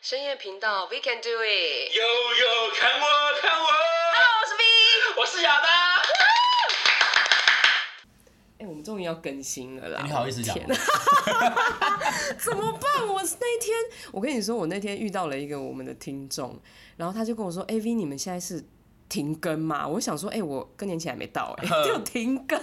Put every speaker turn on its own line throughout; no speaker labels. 深夜频道，We can do it。
悠悠，看我，看我，
Hello，我是 V。
我是亚当。
哎、我们终于要更新了啦！
哎你好意思讲
我的天 怎么办？我是那天，我跟你说，我那天遇到了一个我们的听众，然后他就跟我说：“哎、v 你们现在是停更吗？”我想说：“哎、我更年期还没到、 哎，就停更。”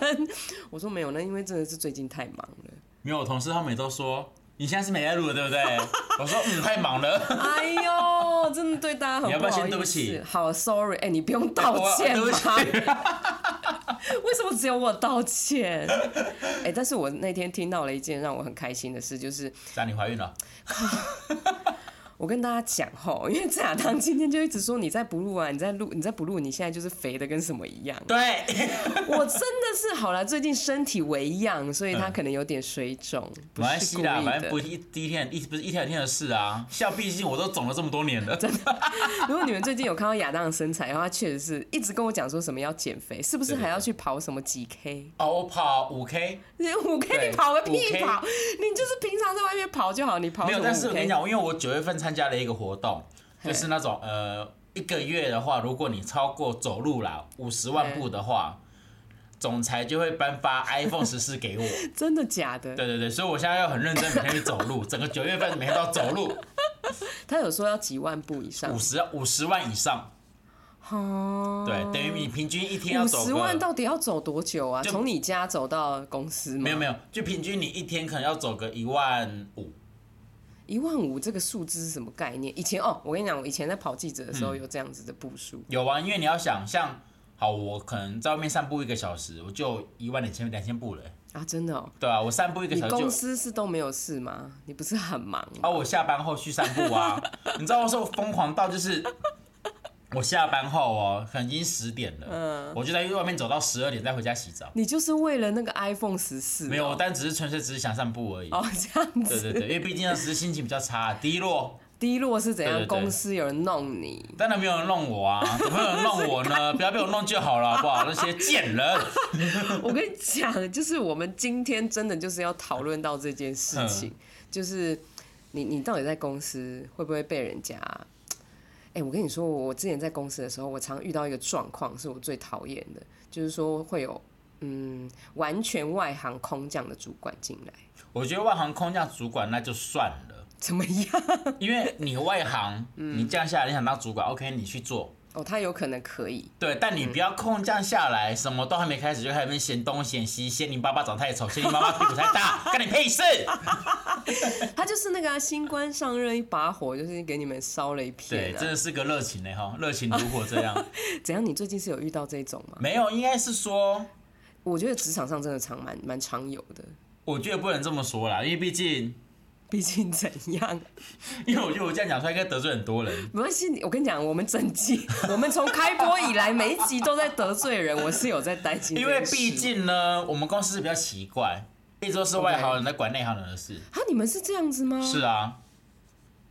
我说：“没有，那因为真的是最近太忙了。”
没有，我同事他们也都说你现在是没在录了，对不对？ 我说嗯，太忙了。
哎呦，真的对大家很不好意思。
你要不要先对不起
好，sorry，哎、你不用道歉
我对不
吗？
起。
为什么只有我道歉？ 哎、但是我那天听到了一件让我很开心的事，就是
咋你怀孕了？
我跟大家讲吼， 因为郑亚当今天就一直说你在不录啊，你在录，你在不录，你现在就是肥的跟什么一 样。
对，
我真的是好了，最近身体为恙，所以他可能有点水肿，不
嗯马来
是
西
故意
亚，反正 不
的。
是一第一天，一不是一天两天的事啊。像毕竟我都肿了这么多年 了，真的。
如果你们最近有看到亚当的身材，然后他确实是一直跟我讲说什么要减肥，是不是
对对
还要
对
去跑什么几 K？
哦，我跑五 K，
五 K
对
你跑个
五
屁
K
跑，你就是平常在外面跑就好，你跑
没
什
有，
么
但是
哦五
我跟你
K？
讲，因为我九月份参加了一个活动，
嘿
就是那种呃，一个月的话，如果你超过走路啦五十万步的话，总裁就会 颁发 iPhone 十四给我。
真的假的？
对对对，所以我现在要很认真每天去走 路，整个九月份每天都要走路
他有说要几万步以上
五，十五十万以上，
哦，
对，等于你平均一天要
五
走
十
个
万到底要走多久啊？
就
从你家走到公司吗？
没有没有，就平均你一天可能要走个一万五，
一万五这个数字是什么概念？以前哦，我跟你讲，我以前在跑记者的时
嗯
候有这样子的步数，
有啊，因为你要想像。好，我可能在外面散步一个小时，我就一万两千两千步了，
啊，真的哦。
对啊，我散步一个
你
小时
公
就
司是都没有事吗？你不是很忙吗？
啊，我下班后去散步啊， 你知道我说我疯狂到就是，我下班后哦，可能已经十点了，
嗯
我就在外面走到十二点再回家洗澡，
你就是为了那个 iPhone 十四、
没有，我但只是纯粹只是想散步而已。
哦，这样
对对
子
对，因为毕竟那时心情比较差，低落，
低落是怎样？
对对对
公司有人弄你，
当然没有人弄我啊，怎么会有人弄我呢？不要被我弄就好了，好不好？那些贱人，
我跟你讲，就是我们今天真的就是要讨论到这件事情，就是你你到底在公司会不会被人家？哎、我跟你说，我之前在公司的时候，我常遇到一个状况，是我最讨厌的，就是说会有嗯完全外行空降的主管进来，
我觉得外行空降主管那就算了，
怎么样？
因为你外行，你降下来你想当主管，OK，你去做。
哦，他有可能可以，
对，但你不要空降下来，什么都还没开始就开始在那边嫌东嫌西，嫌你爸爸长太丑，嫌你妈妈屁股太大，干你屁事！
他就是那个啊、新官上任一把火，就是给你们烧了一
对，
片、
真
啊。
的是个热情呢欸哈，热情如火这样。
怎样？你最近是有遇到这种吗？
没有，应该是说，
我觉得职场上真的常蛮蛮常有的，
我觉得不能这么说啦，因为毕竟，
毕竟怎样？
因为我觉得我这样讲出来应该得罪很多人。
没关系，我跟你讲，我们整集， 我们从开播以来，每一集都在得罪人，我是有在担心这
因
件
为
事。
毕竟呢，我们公司是比较奇怪，一直都是外行人在管内行人的事。
啊，你们是这样子吗？
是啊，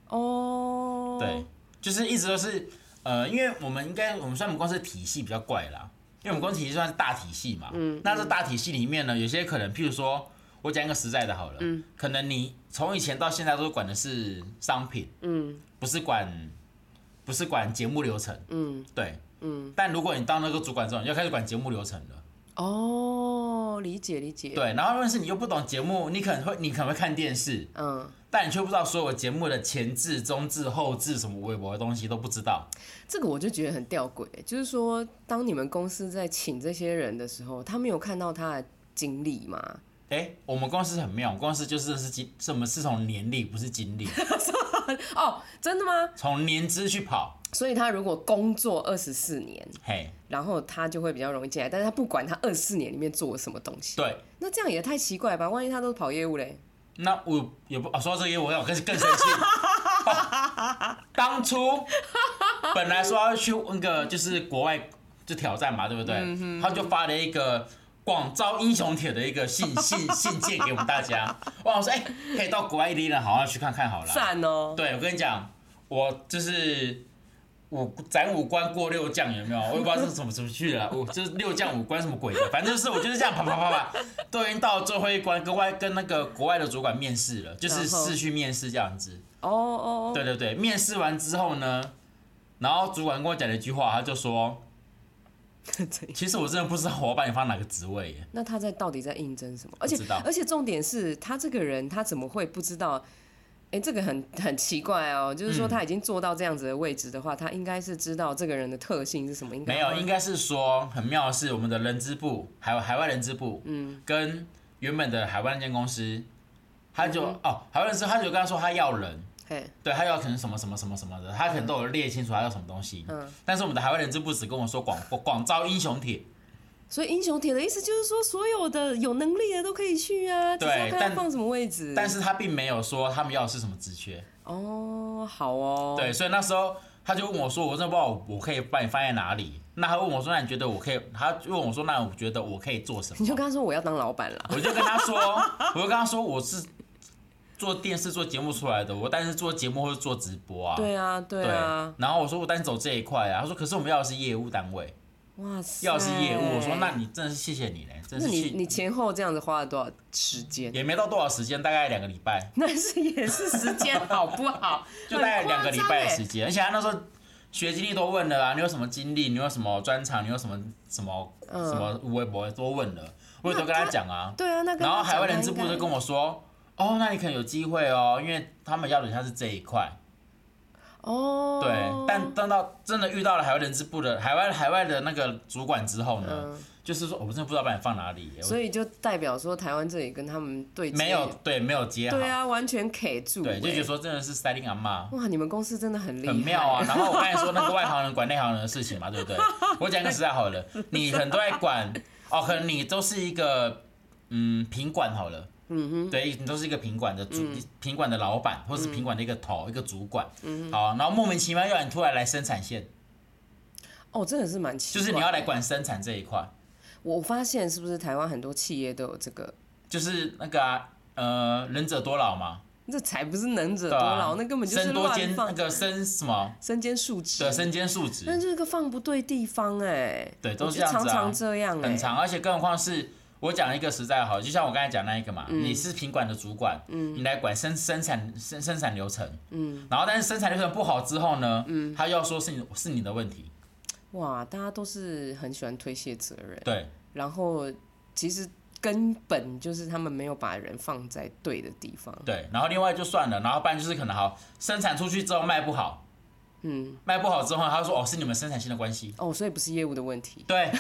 哦，
对，，就是一直都是呃，因为我们应该我们算我们公司的体系比较怪啦，因为我们公司体系算是大体系嘛。嗯。那这大体系里面呢，有些可能，譬如说，我讲一个实在的好了，嗯，可能你从以前到现在都管的是商品，嗯，不是管不是管节目流程，嗯，对，嗯。但如果你当那个主管之后，你就开始管节目流程了。
哦，理解理解，，
对，然后问题是你又不懂节目，你可能会你可能会看电视，
嗯，
但你却不知道所有节目的前置、中置、后置什么微博的东西都不知道。
这个我就觉得很吊诡，就是说，当你们公司在请这些人的时候，他没有看到他的经历吗？
哎、我们公司很妙，我们公司就是是经，是我们是从年历不是经历，
哦，真的吗？
从年资去跑。
所以他如果工作二十四年，
嘿，
然后他就会比较容易进来，但是他不管他二十四年里面做了什么东西，
对，
那这样也太奇怪吧？万一他都跑业务嘞？
那我也不、哦、说到这个，我我更更生气。哦当初本来说要去那个就是国外就挑战嘛，对不对？他就发了一个。广招英雄帖的一个信信信件给我们大家，哇！我说哎、可以到国外一零了，好好去看看好了。
赞哦、
对，我跟你讲，我就是五斩五官过六将，有没有？我也不知道是怎么怎么去了，我就是六将五官什么鬼的，反正就是我就是这样啪啪啪啪，都已经到最后一关，跟外跟那个国外的主管面试了，就是
然后
试去面试这样子。
哦哦哦，
对对对，面试完之后呢，然后主管跟我讲了一句话，他就说
怎：“样
其实我真的不知道我要把你放哪个职位耶。
那他在到底在应征什么？而
知
且
道
而且重点是他这个人他怎么会不知道？哎、这个很很奇怪哦，就是
嗯
说他已经做到这样子的位置的话，他应该是知道这个人的特性是什么，应该
没有，
要
应该是说很妙的是，我们的人资部海外海外人资部，嗯，跟原本的海外那间公司，他就、
嗯
哦，海外人资他就跟他说他要人，
嘿，
对他要可能什么什么什么什么的，他可能都有列清楚他要什么东西。
嗯
但是我们的海外人资部只跟我说广广招英雄帖，
嗯所以英雄帖的意思就是说，所有的有能力的都可以去啊，只
对
是要看
但
他放什么位置。
但是他并没有说他们要的是什么职缺。
哦，好哦，
对，所以那时候他就问我说：“我真的不知道我可以把你放在哪里。”那他问我说：“那你觉得我可以？”他问我说：“那我觉得我可以做什
你就
么
跟他说我要当老板啦？”。
我就跟他说：“我就跟他说我是做电视做节目出来的，我但是做节目或者做直播啊。”
对啊，对啊，
然后我说我单走这一块啊，他说可是我们要的是业务单位，
哇塞！
要的是业务。我说那你真的是谢谢你嘞，真
那
是
你
谢
你前后这样子花了多少时间？
也没到多少时间，大概两个礼拜，
那是也是时间好不好？
就大概
很
两个礼
夸张
拜的
欸
时间，而且他那时候学经历都问了啊，你有什么经历，你有什么专长，你有什么什么什么微博都问了，我也都跟他讲啊。
对嗯啊，那跟
然后
他讲
海外人
他
资部
应该
就跟我说，哦，那你可能有机会哦，因为他们要的他是这一块，
哦，
对。但等到真的遇到了海外人资部的海外海外的那个主管之后呢，就是说我真的不知道把你放哪里耶，
嗯所以就代表说台湾这里跟他们对接
没有对没有接好，
对啊，完全 K 住、
对，就觉得
欸。
说真的是塞林阿妈。
哇，你们公司真的很厉害，欸
很妙啊！然后我刚才说那个外行 人管内行人的事情嘛，对不对？我讲个实在好了，你很多在管哦，可能你都是一个嗯品管好了，嗯哼，对，你都是一个品管的主、
嗯
品管的老板，或是品管的一个头、一个主管，嗯好，然后莫名其妙要你突然来生产线，
哦，真的是蛮奇
就
怪。
是你要来，管生产这一块，
我发现是不是台湾很多企业都有这个？
就是那个啊，呃，仁者多劳嘛，
这才不是能者
对吧、
多劳，那根本就是
身多
乱
兼那
放
个身什么
身兼数职。
对身兼数职，
但这个放不对地方哎、
对都
我
是
觉得
这样子啊
常常这样哎、
很长，而且更何况是我讲一个实在好，就像我刚才讲那一个嘛，你是品管的主管，你来管生生产生生产流程，然后但是生产流程不好之后呢，他又要说是你是你的问题，
哇，大家都是很喜欢推卸责任，
对
然后其实根本就是他们没有把人放在对的地方。
对，然后另外就算了，然后不然就是可能好生产出去之后卖不好，嗯，卖不好之后他说哦是你们生产线的关系，
哦，所以不是业务的问题。
对。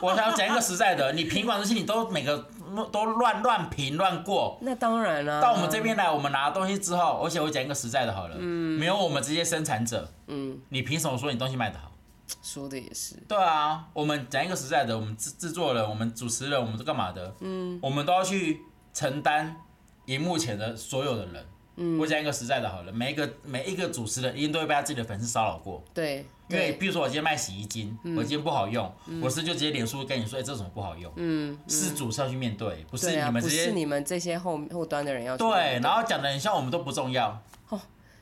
我想要讲一个实在的，你品管这些你都每个都乱乱评乱过，
那当然啦、
到我们这边来，我们拿东西之后，而且我讲一个实在的好了，
嗯
没有我们这些生产者，嗯，你凭什么说你东西卖得好？
说的也是，
对啊，我们讲一个实在的，我们制制作人，我们主持人，我们都干嘛的？嗯，我们都要去承担荧幕前的所有的人。嗯，我讲一个实在的好了，每一个每一个主持人一定都会被他自己的粉丝骚扰过。
对，
因
对，
为
嗯
比如说我今天卖洗衣精，我今天不好用，我是就直接脸书跟你说，哎、这怎么不好用？嗯，是主持人要去面对，不
对
是
啊，
你们
不
这
是
些。
你们这些后后端的人要去
对，然后讲的很像我们都不重要，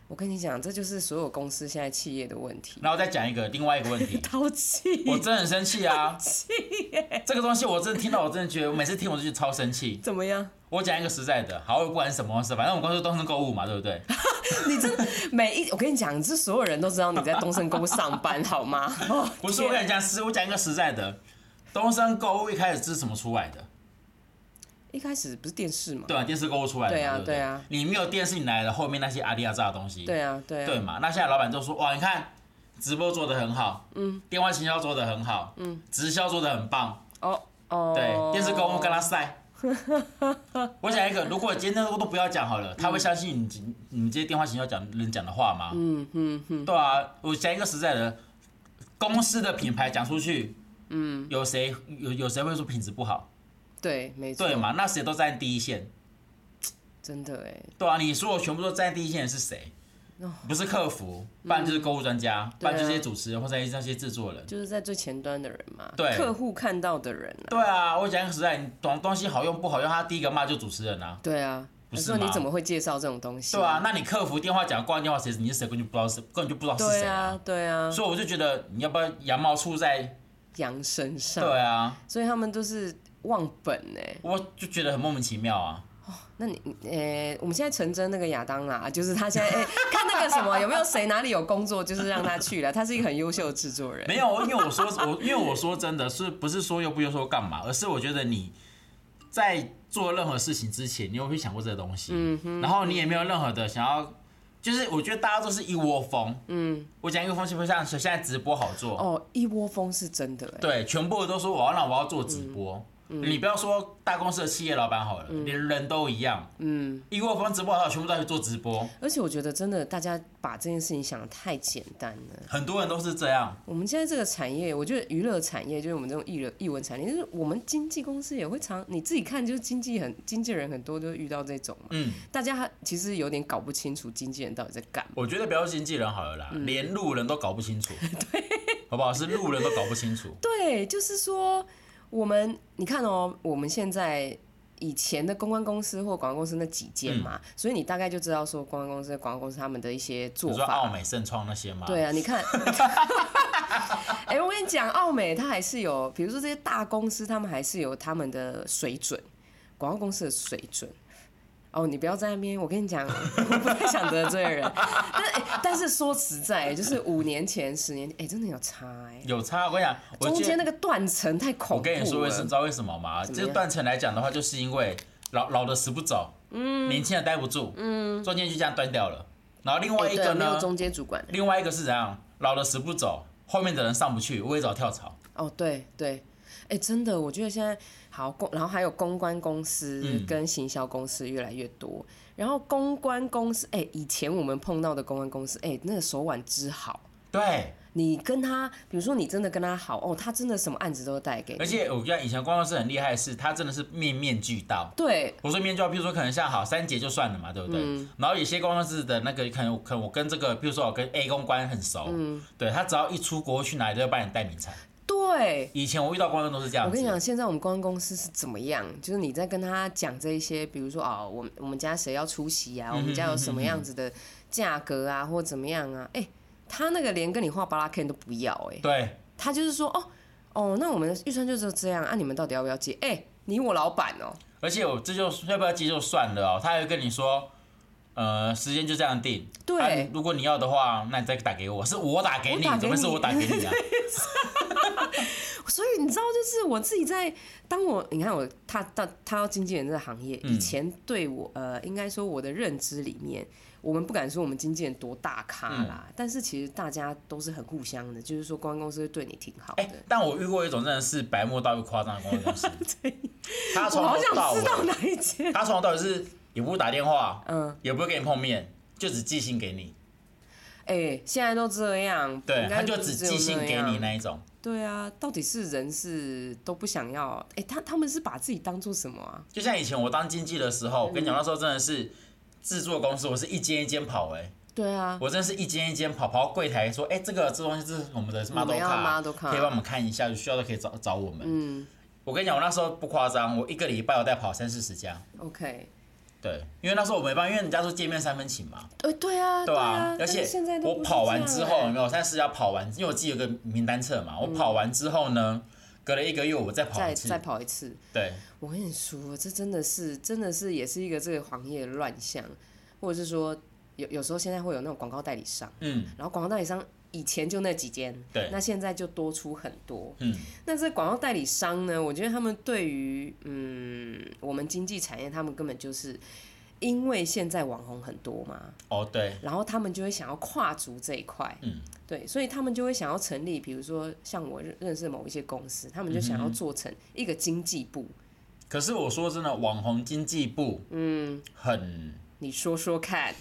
我跟你讲，这就是所有公司现在企业的问题，
然后再讲一个另外一个问 题，
淘气，
我真的很生气啊！这个东西我真的听到，我真的觉得我每次听我就觉得超生气。
怎么样？
我讲一个实在的，好，我不管是什么公司，反正我们公司都是购物嘛，对不对？
你真的每一，我跟你讲，这所有人都知道你在东森购物上班， 好吗？哦，
不是
天
我跟你讲，是我讲一个实在的，东森购物一开始是怎么出来的？
一开始不是电视嘛？
对吧、电视购物出来的嘛，
对啊
不对
对啊
你没有电视，你来了后面那些阿迪亚扎的东西，
对啊，对啊，
对嘛？那现在老板就说，哇，你看直播做的很好，嗯，电话行销做的很好，嗯，直销做的很棒，
哦哦，
对，电视购物跟他赛。 我讲一个，如果今天都不要讲好了，他会相信你你们这些电话行销讲人讲的话吗？嗯嗯嗯。对啊，我讲一个实在的，公司的品牌讲出去，嗯，有谁有有谁会说品质不好？
对，没错，
对嘛？那谁都站第一线，
真的哎，
对啊，你说我全部都站第一线的是谁？不是客服，不然就是购物专家，不然就是这些主持人或者那些制作人。
就是在最前端的人嘛，
对
客户看到的人啊，
对啊，我讲一个实在，你懂东西好用不好用，他第一个骂就主持人啊。
对啊，
不
他
是
说你
吗
怎么会介绍这种东西？
对啊，，那你客服电话讲挂完电话谁你是谁根本就不知道是根本就不知道是
对
谁、
啊，对啊，
所以我就觉得你要不要羊毛出在
羊身上，
对啊，
所以他们都是忘本哎，
我就觉得很莫名其妙啊。
那你呃、我们现在成真那个亚当啦，就是他现在哎、 看那个什么有没有谁哪里有工作，就是让他去了。他是一个很优秀的制作人。
没有，因为我说我因为我说真的是不是说优不优秀干嘛，而是我觉得你在做任何事情之前，你有没有想过这个东西？然后你也没有任何的想要，就是我觉得大家都是一窝蜂。嗯，我讲一个风气不像现在直播好做，
哦，一窝蜂是真的、哎，
对，全部都说我要让我要做直播。
嗯
你不要说大公司的企业老板好了，连人都一样。嗯，一窝蜂直播好，全部都要去做直 播，
而且我觉得真的大家把这件事情想的太简单了。
很多人都是这样。
我们现在这个产业，我觉得娱乐产业就是我们这种艺人艺文产业，就是我们经纪公司也会常你自己看，就是经纪很经纪人很多都遇到这种嘛，
嗯，
大家还其实有点搞不清楚经纪人到底在干嘛。
我觉得不要经纪人好了
嗯
啦，连路人都搞 不清楚，好不好？是路人都搞不清楚。
对，就是说我们你看哦，我们现在。以前的公关公司或广告公司那几间嘛，
嗯
所以你大概就知道说公关公司、广告公司他们的一些做
你说
法。啊
奥美啊盛创那些吗？
对啊，你 看，哎、我跟你讲，奥美它还是有，比如说这些大公司，他们还是有他们的水准，广告公司的水准。哦，你不要在那边，我跟你讲，我不太想得罪人。但、哎但是说实在，就是五年前、十年前，哎、真的有差哎、
有差，我跟你讲，我
中
记得
间那个断层太恐怖了。啊
我跟你说为什，你知道为什么吗？
么样
这断层来讲的话，就是因为老老的死不走，嗯，年轻的待不住，嗯，中间就这样断掉了。然后另
哎
外一
对
个
没有
呢，
中间主管。
另外一个是怎样？老的死不走，后面的人上不去，我也找跳槽。
哦，对对，哎，真的，我觉得现在好公，然后还有公关公司
嗯
跟行销公司越来越多，然后公关公司，哎，以前我们碰到的公关公司，哎，那个手腕之好。
对，
你跟他，比如说你真的跟他好哦，他真的什么案子都带给
而
你，
且我觉得以前光光是很厉害的是，他真的是面面俱到。
对，
我说面交，譬如说可能像好三节就算了嘛，对不对？
嗯
然后有些公司的那个可能可能我跟这个，譬如说我跟 A 公关很熟，
嗯
对他只要一出国去哪里都要帮你带名产。
对。
以前我遇到公关都是这样
我
子。
跟你讲，现在我们公关公司是怎么样？就是你在跟他讲这一些，比如说哦，我们我们家谁要出席啊，我们家有什
嗯
么样子的价格啊，或怎么样啊？哎、他那个连跟你画巴拉 K 都不要、哎，
对，
他就是说，哦哦，那我们的预算就只有这样，啊，你们到底要不要接？哎、你我老板哦，
而且我这就要不要接就算了哦，他还会跟你说，呃，时间就这样定。
对
啊如果你要的话，那你再打给我，是我打给你，
我打给你
怎么是我打给你啊？
所以你知道，就是我自己在当我你看我他到他到经纪人这个行业，以前对我呃，应该说我的认知里面，我们不敢说我们经纪人多大咖啦，
嗯
但是其实大家都是很互相的，就是说公关公司会对你挺好的。
哎、但我遇过一种真的是白目到一个夸张的公关公司， 他
我
从
好
头到
想知道
尾，
哪一间，
他从头到尾是也不打电话，
嗯，
也不会跟你碰面，就只寄信给你，
哎、现在都这样，
对，
应该
他就
不
只
是有
寄信
那
给
样
你那一种。
对啊，到底是人是都不想要？哎、他他们是把自己当做什么啊？
就像以前我当经纪的时候，
嗯
我跟你讲，那时候真的是制作公司，我是一间一间跑、哎。
对啊，
我真的是一间一间跑跑到柜台说，哎、这个这东西这是我们的 model
要
卡，
model 卡
可以帮我们看一下，有需要的可以找找我们。嗯，我跟你讲，我那时候不夸张，我一个礼拜我带跑三四十家，
OK，
对，因为那时候我没办法，因为人家说见面三分情嘛，
呃，对啊，
对吧、
啊，
而
但是
且
现在都
我
不是
跑
这
完
样
之
欸
后，有没有？三十要跑完，因为我自己有个名单册嘛，我跑完之后呢，隔了一个月我再跑
再
一次
再，跑一次。
对，
我跟你说，这真的是，真的是也是一个这个行业的乱象，或者是说，有有时候现在会有那种广告代理商，
嗯
然后广告代理商以前就那几间，
对
那现在就多出很多。
嗯，
那这广告代理商呢，我觉得他们对于嗯我们经济产业，他们根本就是因为现在网红很多嘛，
哦对，
然后他们就会想要跨足这一块，
嗯，
对，所以他们就会想要成立，比如说像我认认识某一些公司，他们就
嗯
想要做成一个经济部。
可是我说真的，网红经济部，嗯，很，
你说说看，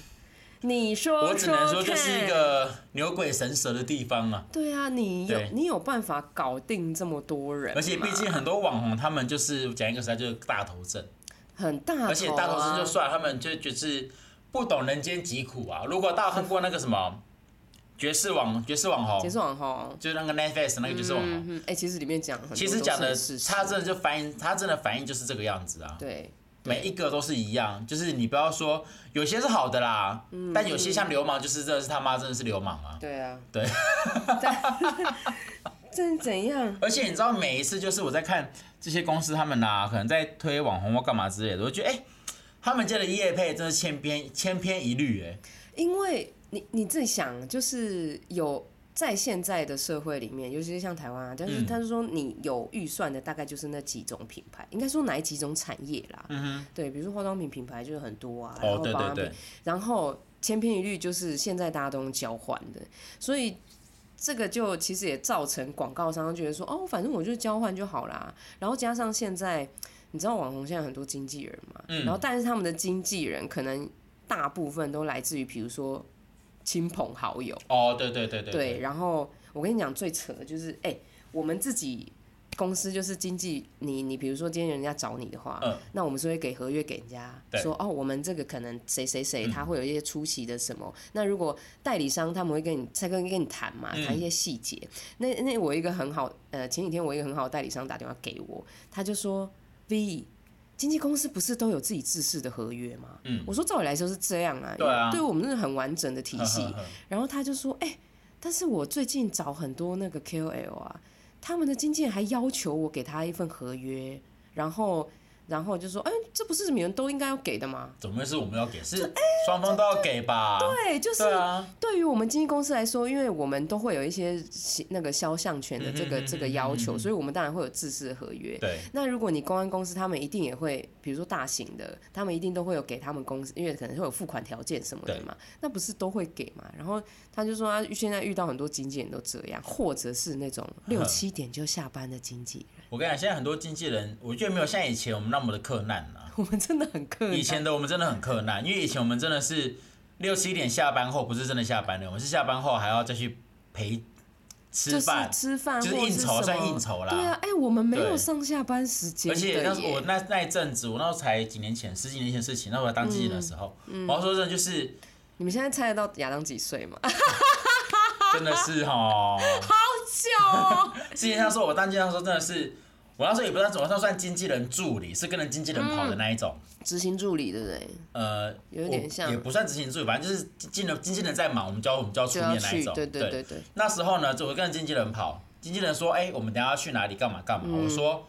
你说
我只能说这
看
是一个牛鬼神蛇的地方啊。
对啊，你有
对
你有办法搞定这么多人吗，
而且毕竟很多网红，他们就是讲一个实在就是大头症，
很大、啊
而且大头症就算了，他们就就是不懂人间疾苦啊。如果大家看过那个什么爵士网爵士网
结
红，
束网红。
就是那个 Netflix 那个爵士网
嗯
红，
哼，哎、其实里面讲很多
其实讲的
都是事实
他真的就反应，他真的反应就是这个样子啊。
对
每一个都是一样，就是你不要说有些是好的啦，但有些像流氓，就是真的是他妈真的是流氓啊。
嗯对啊，
对，
这怎样？
而且你知道，每一次就是我在看这些公司他们啊，可能在推网红或干嘛之类的，我就觉得哎、他们家的业配真的千篇千篇一律哎、
因为你你自己想，就是有在现在的社会里面，尤其是像台湾啊，但是
嗯
他是说你有预算的大概就是那几种品牌，应该说哪几种产业啦。嗯对，比如说化妆品品牌就是很多啊，然
哦
后
对
保
对
养品，
对，
然后千篇一律就是现在大家都用交换的，所以。这个就其实也造成广告商觉得说，哦，反正我就交换就好啦。然后加上现在，你知道网红现在很多经纪人嘛，
嗯
然后但是他们的经纪人可能大部分都来自于比如说亲朋好友，
哦对对对对
对。然后我跟你讲最扯的就是，哎、我们自己公司就是经纪，你你比如说今天人家找你的话，
嗯
那我们是会给合约给人家
对嗯
说，哦，我们这个可能谁谁谁他会有一些出席的什么，那如果代理商他们会跟你才跟跟你谈嘛，
嗯
谈一些细节。那那我一个很好，呃，前几天我一个很好的代理商打电话给我，他就说，V。经纪公司不是都有自己制式的合约吗？
嗯
我说照理来说是这样啊，
对啊
对我们是很完整的体
呵
系
呵。呵
然后他就说：“哎、但是我最近找很多那个 KOL 啊，他们的经纪人还要求我给他一份合约，然后，然后就说：哎、这不是你们都应该要给的吗？
怎么会是我们要给？是双方都要给
哎
吧？
对，哎就是
对啊，
对于我们经纪公司来说，因为我们都会有一些那个肖像权的这
嗯
个
哼嗯哼
这个要求，所以我们当然会有自式的合约。
对，
那如果你公安公司，他们一定也会，比如说大型的，他们一定都会有给他们公司，因为可能会有付款条件什么的
对
嘛，那不是都会给嘛？然后他就说他啊现在遇到很多经纪人都这样，或者是那种六七点就下班的经纪人，
我跟你讲，现在很多经纪人，我觉得没有像以前我们那么的克难了、
我们真的很客
以前的我们真的很克难，因为以前我们真的是六七点下班后，不是真的下班了，我们是下班后还要再去陪吃
就是
饭，
吃饭
就是
或者
应酬
什
算
么
应酬啦
对啊，哎、我们没有
对
上下班时间
而
的
且
耶，
那时候我那那一阵子，我那时候才几年前，十几年前的事情，那时候我当经纪人的时候，
嗯
我要说真的就是
你们现在猜得到亚当几岁 吗？啊，
真的是哦，
笑哦，
之前他说我当经纪人的时候真的是，我那时候也不算，我那时候算经纪人助理，是跟着经纪人跑的那一种。
执行助理对不对？
呃，
有一点
我
像
也不算执行助理，反正就是经纪人经纪人在忙，我们就要我们就要出
就要
面那一
去，
种。
对对对对，
那时候呢，就我跟着经纪人跑，经纪人说：“哎、我们等一下要去哪里干嘛干嘛？”
嗯
我说：“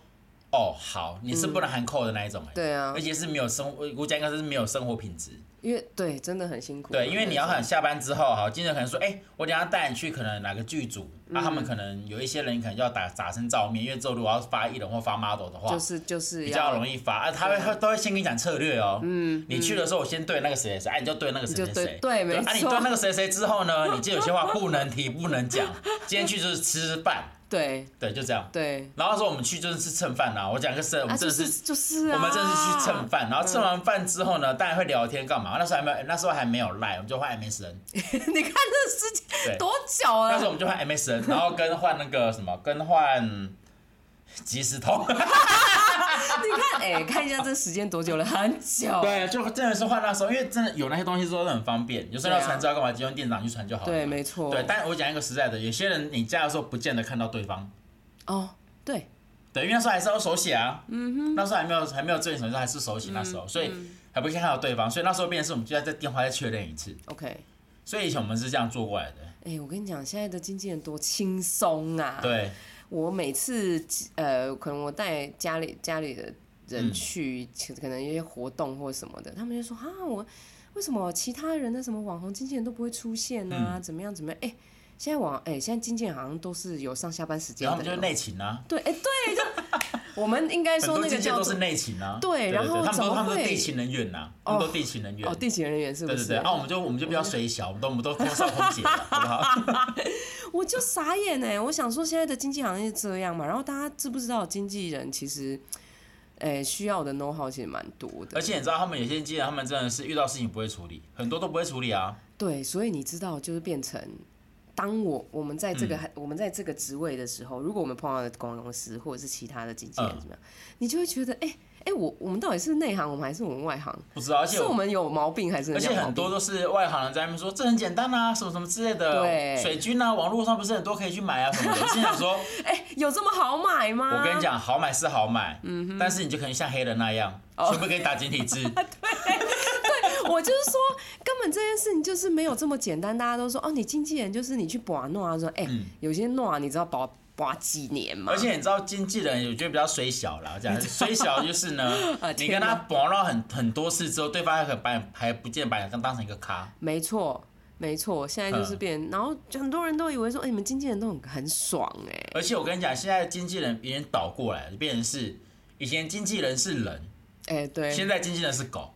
哦，好，你是不能含扣的那一种、哎，
对啊
而且是没有生活，我讲应该是没有生活品质。
因为对真的很辛苦，
对，因为你要很下班之后，哈，经纪人可能说：“哎、我等一下带你去可能哪个剧组，
嗯
那、他们可能有一些人可能要打砸身照面，因为之后如果要发艺人或发 model 的话，
就是就是
比较
要
容易发啊，他会他都会先跟你讲策略哦。嗯，你去的时候，我先对那个谁谁谁，哎，你就对那个谁谁
你就
谁
对，对没
啊，你
错
对那个谁谁之后呢，你就有些话不能提，不 能讲。今天去就是吃饭，
对
对，就这样。
对，
然后说我们去就是吃蹭饭啦，我讲个事，我
啊
们真
就
的
是
是。
就是啊，嗯
我们真的是去蹭饭，然后吃完饭之后呢，大家会聊天干嘛？那时候还没有，那时候还没有赖，我们就换 MSN，
你看这时
对
间多久
那时候
了？
我们就换 MSN，然后跟换那个什么，跟换即时 通。
你看，哎、看一下这时间多久了，很久。
对，就真的是换那时候，因为真的有那些东西之后都很方便，有时候要传资料干嘛，就用电子档去传就好了
啊
嘛。
对没错
对，但我讲一个实在的，有些人你加的时候不见得看到对方，
哦，对，
对，因为那时候还是要手写啊，嗯哼，那时候还没有还没有智能手机，还是手写那时
嗯
候，所以还不会看到对方，所以那时候变成是我们就要在电话再确认一次，
OK，
所以以前我们是这样做过来的，
哎、我跟你讲，现在的经纪人多轻松啊！，
对，
我每次呃，可能我带家里家里的人去，可能一些活动或什么的，他们就说啊，我为什么其他人的什么网红经纪人都不会出现啊？
嗯
怎么样怎么样？哎、现在网哎、现在经纪人好像都是有上下班时间
然后
的
我
人哦，
们就是内勤啊，
对，哎、对，就我们应该
很
说
多
那个
经纪人
叫
都
做
是内勤啊，
对然后
他们都
怎么
他们都
会
地勤人员呐，他们都地勤人员
哦，，地勤人员是不
对
是？
对对，啊，我们就我们就比较水小，我们都我们 都空少空姐了，好不好？
我就傻眼哎！我想说现在的经济行业是这样嘛，然后大家知不知道经纪人其实，诶、需要的 know how 其实蛮多的
而，且你知道，他们有些经纪人，他们真的是遇到事情不会处理，很多都不会处理啊。
对，所以你知道就是变成。当我我们在这
嗯
个、我们在这个职位的时候，如果我们碰到的广告公司或者是其他的经纪人
嗯
怎么样，你就会觉得，哎、哎、我我们到底是内行，我们还是我们外行？
不知道，而且
是我
我
们有毛病，还是
而
人家
且
有毛
很多
病
都是外行人在那边说这很简单啊，什么什么之类的。
对
水军啊，网络上不是很多可以去买啊什么的。我心 想说，
有这么好买吗？
我跟你讲，好买是好买，
嗯
但是你就可能像黑人那样，
哦
全部可以打简体 字。
我就是说，根本这件事情就是没有这么简单。大家都说哦，你经纪人就是你去把诺啊，说哎、有些诺啊，你知道把哇几年嘛
嗯而，且你知道经纪人，我觉得比较虽小啦，这样虽小就是呢
啊，
你
天
跟
哪
他搏了很很多次之后，对方还可能把你还不见得把你当当成一个咖，
没错没错，现在就是
嗯
变，然后就很多人都以为说，哎、你们经纪人都很很爽哎、
而且我跟你讲，现在经纪人别人倒过来了，变成是以前经纪人是人，
哎、对，
现在经纪人是狗，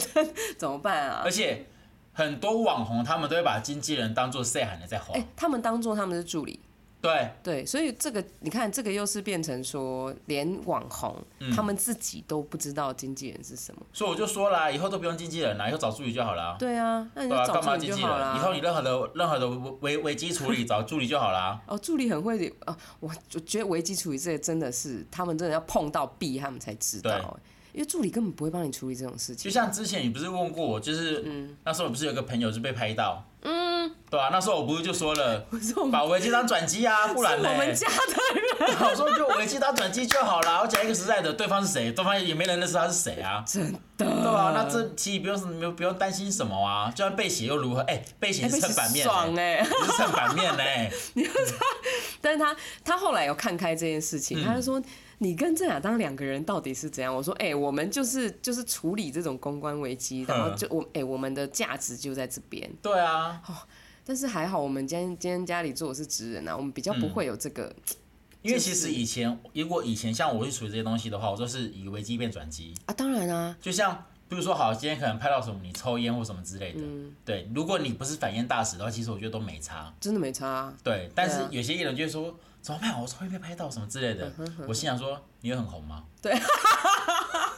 怎么办啊
而？且很多网红他们都会把经纪人当做赛喊的在
哎、
红，
他们当做他们是助理，
对，
对，所以这个你看，这个又是变成说，连网红、
嗯
他们自己都不知道经纪人是什么。
所以我就说啦，以后都不用经纪人啦，以后找助理就好啦。
对啊，那你
对
就
啊，
找
干嘛
助理
经
就
纪
好啦。
人？以后你任何的任何的危危机 处理找助理就好啦。
哦，助理很会哦，我我觉得危机处理这个真的是他们真的要碰到壁，他们才知道
对
欸，因为助理根本不会帮你处理这种事
就
情。
像之前你不是问过我，就是、
嗯
那时候我不是有个朋友就被拍到，嗯，对啊，那时候我不是就说了，
是 我们
把危机当转机 啊，不
是
然呢
我？们家的人，
然 后我说就危机当转机就好啦。我讲一个实在的，对方是谁，对方也没人认识他是谁啊，
真
对
的。
啊，那这其实不用什么不用担心什么啊，就算被写又如何？哎、被写
哎
是
被
正 反面、
爽
欸，
哎、
是正反面哎呢、
但是他他后来有看开这件事
嗯
情，他就说你跟郑亚当两个人到底是怎样？我说哎、我们就是就是处理这种公关危机，然后
嗯
就我哎、我们的价值就在这边。
对啊，
但是还好，我们今天今天家里做的是职人啊，我们比较
嗯
不会有这个。
因为其实以前如果以前像我去处理这些东西的话，我都是以危机变转机，
啊，当然啊，
就像比如说，好，今天可能拍到什么你抽烟或什么之类的，
嗯
对。如果你不是反烟大使的话，其实我觉得都没差，
真的没差、啊。
对。但
对
是
啊
有些艺人就会说，怎么办？我抽烟被拍到什么之类
嗯
的，我心想说，你会很红吗？
对。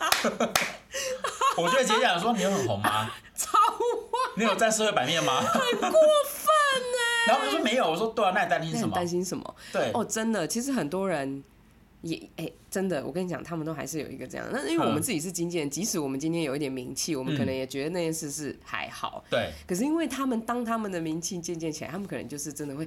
我就会直接讲说，你会很红吗？
超坏，
你有在社会版面吗？
很过分呢、
然后我就说没有，我说对啊，那你担心
那
什
很
么
担？心什么？
对，
哦，真的，其实很多人也哎、真的，我跟你讲，他们都还是有一个这样。那因为我们
嗯
自己是经纪人，即使我们今天有一点名气，我们可
嗯
能也觉得那件事是还好。
对，
可是因为他们当他们的名气渐渐起来，他们可能就是真的会，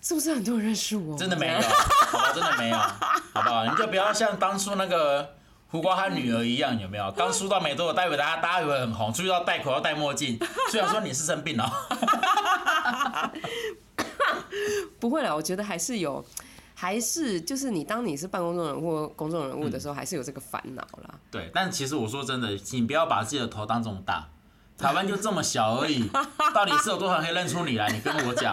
是不是很多人认识我？
真的没有，
这样
好吧，真的没有，好不好？你就不要像当初那个胡瓜他女儿一样，有没有？刚出道没多久，待会大家大家以为很红，注意到戴口罩、戴墨镜，虽然说你是生病了，
不会啦，我觉得还是有，还是就是你当你是半公众人物或公众人物
嗯
的时候，还是有这个烦恼啦。
对。但其实我说真的，请不要把自己的头当这么大，台湾就这么小而已，到底是有多少人可以认出你来？你跟我讲。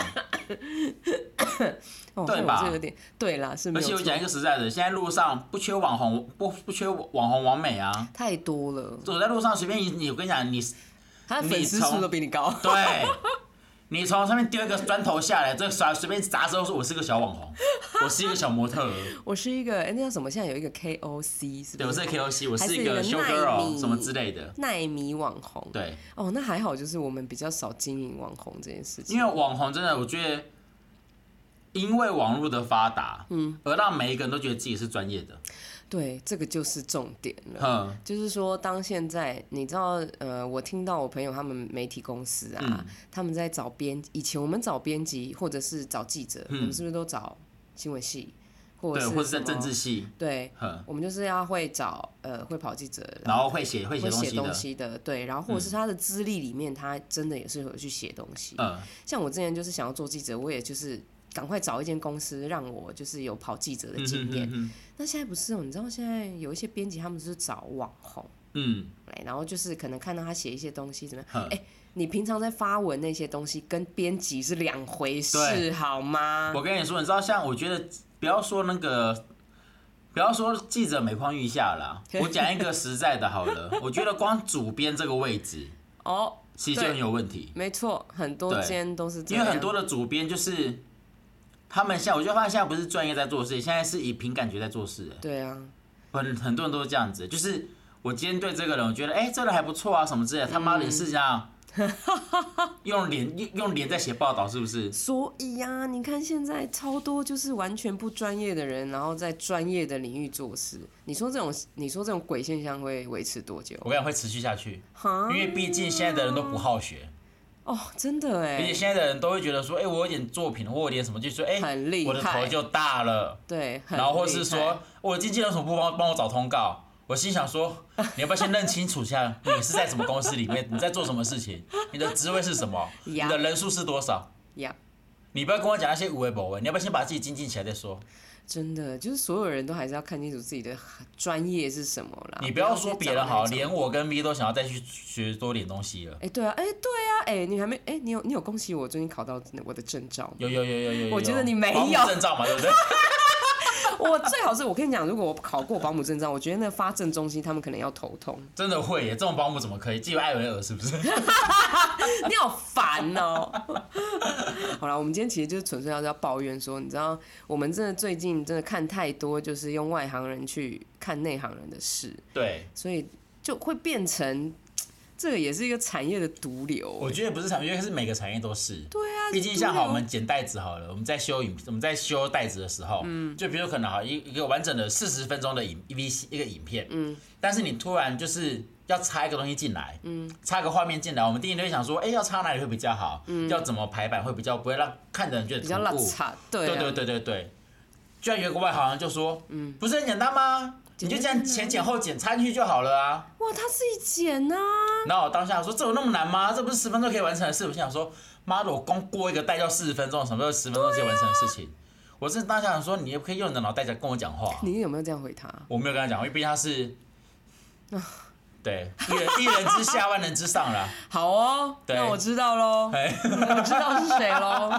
哦，
对
那我
吧
这有点对啦，是 没
而且
有
我
错
讲一个实在的，现在路上不缺网红，不不缺网红网美啊。
太多了，
走在路上随便你，你我跟你讲，你
他的粉丝
你从
数都比你高。
对，你从上面丢一个砖头下来，这随随便砸之后说我是个小网红，我是一个小模特儿，
我是一个，哎、那叫什么？现在有一个 KOC，是不
对，我是 KOC，我是一
还
个
是一
show
个
girl
耐
什么之类的。
耐米网红。，
对，
哦，那还好，就是我们比较少经营网红这件事情。
因为网红真的，我觉得因为网络的发达，嗯，而让每一个人都觉得自己是专业的，
对，这个就是重点了。
嗯，
就是说，当现在你知道，呃，我听到我朋友他们媒体公司啊，
嗯
他们在找编，以前我们找编辑或者是找记者，我们是不是都找新闻系，或者
嗯对，
是
或者在
什么
政治，系，
对，
嗯，
我们就是要会找呃会跑记者，
然后会写啊会写
会
东
写
西的
东，西的，对，然后或者是他的资历里面，他真的也是有去写东西。
嗯，
像我之前就是想要做记者，我也就是赶快找一间公司让我就是有跑记者的经验。
嗯
那现在不是哦，你知道现在有一些编辑他们是找网红。
嗯，
来，然后就是可能看到他写一些东西怎么样
嗯？
哎、你平常在发文那些东西跟编辑是两回事，
对
好吗？
我跟你说，你知道，像我觉得不要说那个，不要说记者每况愈下啦。我讲一个实在的好了，我觉得光主编这个位置
哦，
其实就很有问题，
没错，很多
对
间都是这
因
样，
为很多的主编就是他们现在，我就发现现在不是专业在做事，现在是以凭感觉在做事，
对啊，
很很多人都是这样子，就是。我今天对这个人，我觉得哎、这个人还不错啊，什么之类的。他妈的，你是这样用脸用用脸在写报道，是不是？
所以呀、你看现在超多就是完全不专业的人，然后在专业的领域做事，你说这种你说这种鬼现象会维持多久？
我跟你讲会持续下去，
哈
因，为毕竟现在的人都不好学。
哦，真的
而且
哎，
现在的人都会觉得说，哎、我有点作品，或有点什么，就说，哎、
很厉害
我的头就大了，
对，很
然后或是
厉害
说，我的经纪人为什么不帮帮我找通告？我心想说，你要不要先认清楚一下，你是在什么 公司里面，你在做什么事情，你的职位是什么，
呀
你的人数是多少？
呀，
你不要跟我讲那些无为不为，你要不要先把自己精进起来再说？
真的，就是所有人都还是要看清楚自己的专业是什么啦。
你不要说别人好，
去找那种
连我跟 V 都想要再去学多点东西了。
哎、对啊，哎、对啊，哎、你还没哎、你有你有恭喜我最近考到我的证照吗？
有有有有有有，
我觉得你没有
保姆证照嘛，对不 对？
我最好是我跟你讲，如果我考过保姆证照，我觉得那发证中心他们可能要头痛。
真的会耶，这种保姆怎么可以？既有艾维尔是不是？
你好烦哦、 好了，我们今天其实就是纯粹要要抱怨说，你知道，我们真的最近真的看太多，就是用外行人去看内行人的事，
对，
所以就会变成这个也是一个产业的毒
我
瘤。
觉得不是产业，因为是每个产业都是。
对啊，
毕竟像好，
毒瘤
我们剪带子好了，我们在修影，我们在修带子的时候，嗯，就比如可能好一一个完整的四十分钟的影一 V 一个影片，嗯，但是你突然就是要插一个东西进来，嗯，插个画面进来，我们第一就会想说，哎、要插哪里会比较好，嗯，要怎么排版会比较不会让看的人觉得
比较
突
拉
兀
差，对
对
啊，
对对对对，居然有一个外行人就说，嗯，不是很简单啊吗？你就这样前前后剪插进去就好了啊。
哇，他自己剪呐、啊，
然后我当下说：“这有那么难吗？这不是十分钟可以完成的事。”我心想说：“妈的，我光过一个带要四十分钟，什么时候十分钟可以完成的事情？”我是当下想说：“你也不可以用你的脑袋在跟我讲话。
你有没有这样回他？”
我没有跟他讲，因为毕竟他是，
啊
对，一人一人之下，万人之上 啦。
好哦，
对
那我知道喽，
哎，
我知道是谁喽。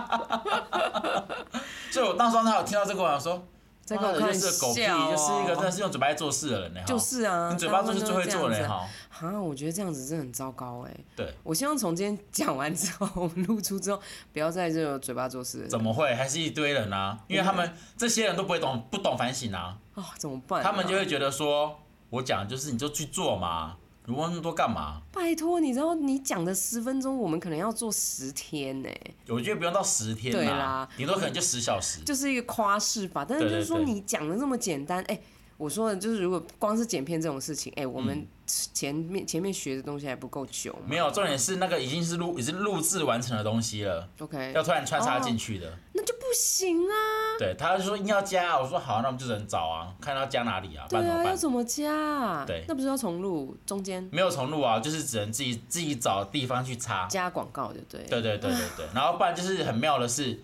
所以我当时他有听到这个，我想说：“
这个
妈
我
的，
看
就是个狗屁，
笑哦
就是一个真的是用嘴巴在做事的人呢。”
就是啊，
你嘴巴做事
大
最
部
会
分都是
做
这
人
样
哈。
子啊！我觉得这样子真的很糟糕哎。
对，
我希望从今天讲完之后，我们露出之后，不要再这种嘴巴做事的人
怎么会？还是一堆人啊，因为他们这些人都不会懂，不懂反省啊。
哦，怎么办啊？
他们就会觉得说，我讲的就是你就去做嘛，你问那么多干嘛？
拜托，你知道你讲的十分钟，我们可能要做十天呢，
我觉得不用到十天
对
啦
啦，
顶多可能就十小时。
就是一个夸饰吧。但是
对
就
对
是说
对
你讲的那么简单，哎。我说的就是，如果光是剪片这种事情，哎、我
嗯
们前面前面学的东西还不够久嘛
没有，重点是那个已经是录已经录制完成的东西了，
，OK，
要突然穿插进去的。
那就不行啊。
对，他就说硬要加啊，我说好啊，那我们就只能找啊，看要加哪里啊，不然
对
怎么
啊，要
办？
怎么加啊？
对
那不是要重录中间
没有重录啊，就是只能自己自己找地方去插。
加广告，对不对？
对对对对对，然后不然就是很妙的是，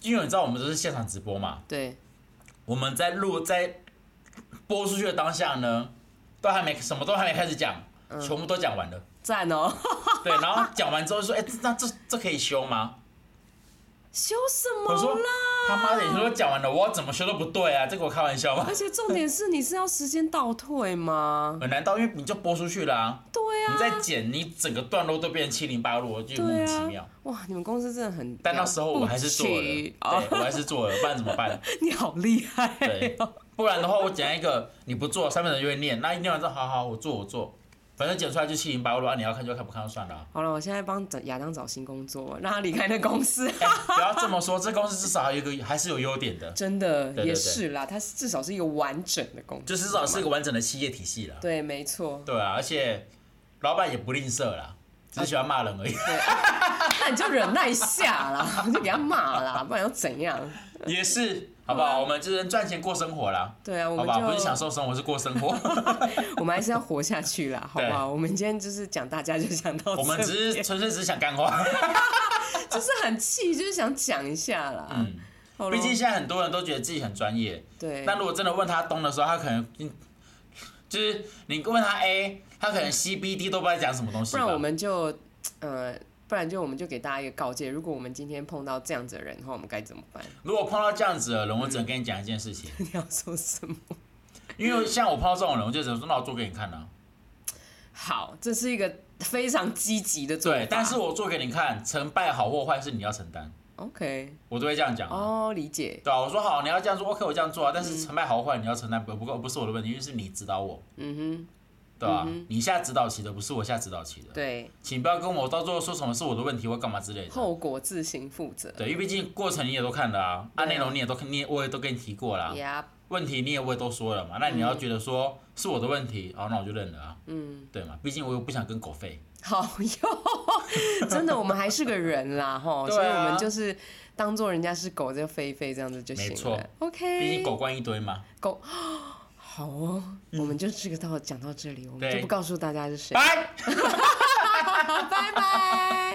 因为你知道我们都是现场直播嘛，
对，
我们在录在播出去的当下呢，都还没什么都还没开始讲，
嗯
全部都讲完了。
赞哦！
对，然后讲完之后就说，哎、这那这这可以修吗？
修什
我
么
说
啦？
他妈的，你说讲完了，我要怎么修都不对啊，这个我开玩笑吗
而？且重点是，你是要时间倒退吗？
很难道因为你就播出去了、啊，
对
你
啊，
再剪，你整个段落都变成七零八落，就莫
对
名其
啊
妙。，
哇，你们公司真的很了不起，
但那时候我还是做了，对
哦，
我还是做了，不然怎么办？
你好厉害
对
哦！
不然的话，我剪一个你不做，上面的人就会念，那念完之后，好好，我做我做，反正剪出来就七零八落啊，你要看就看，不看就算了啊、
好了，我现在帮找亚当找新工作，让他离开那公 司。
哎不要这么说，这公司至少还有一个还是有优点的，
真的
对对
也是啦，他至少是一个完整的公司，
就至少是一个完整的企业体系啦。
对，没错。
对啊，而且老板也不吝啬啦，只是喜欢骂人而已，
那你就忍耐一下啦， 你就给他骂啦，不然又怎样？
也是，好不好？我们就是赚钱过生活啦，
对啊，嗯我
好
们
不好？不是享
就
受生活，是过生活。
我们还是要活下去 啦，好不好？我们今天就是讲大家就讲到这边，
我们只是纯粹只是想干话，
就是很气，就是想讲一下啦。嗯，好咯
毕竟现在很多人都觉得自己很专业，
对，
但如果真的问他东的时候，他可能嗯就是你问他 A，他可能 C、B、D 都不知道在讲什么东西
不
吧。
然我们就呃，不然就我们就给大家一个告诫：如果我们今天碰到这样子的人的话，我们该怎么办？
如果碰到这样子的人，我只能跟你讲一件事情。
你要说什么？
因
嗯
为像我碰到这种人，我就只能说那我做给你看啊。
好，这是一个非常积极的做法。
对，但是我做给你看，成败好或坏是你要承担，
OK，
我都会这样讲啊。
哦，嗯理解，
对啊，我说好，你要这样做，OK，我这样做啊。但是成败好坏你要承担，不不过不是我的问题，因为是你指导我，
嗯
对吧、你下指导棋的，不是我下指导棋
哼，
的。
对，
请不要跟我到最后说什么是我的问题或干嘛之类的。
后果自行负责。
对，因为毕竟过程你也都看了啊，啊
对
内容你也都你也我也都跟你提过啦，
呀，
问题你也我也都说了嘛。那你要觉得说是我的问题，哦，那我就认了啊，
嗯，
对嘛？毕竟我又不想跟狗吠。
好哟，真的，我们还是个人啦，吼，
对啊
所以我们就是当做人家是狗，就飞一飞这样子就
没
行
错
了。OK，
毕竟狗关一堆嘛。
狗。 好哦，我们就这个到讲到这里，我们
对
就不告诉大家是谁。
拜。
拜拜。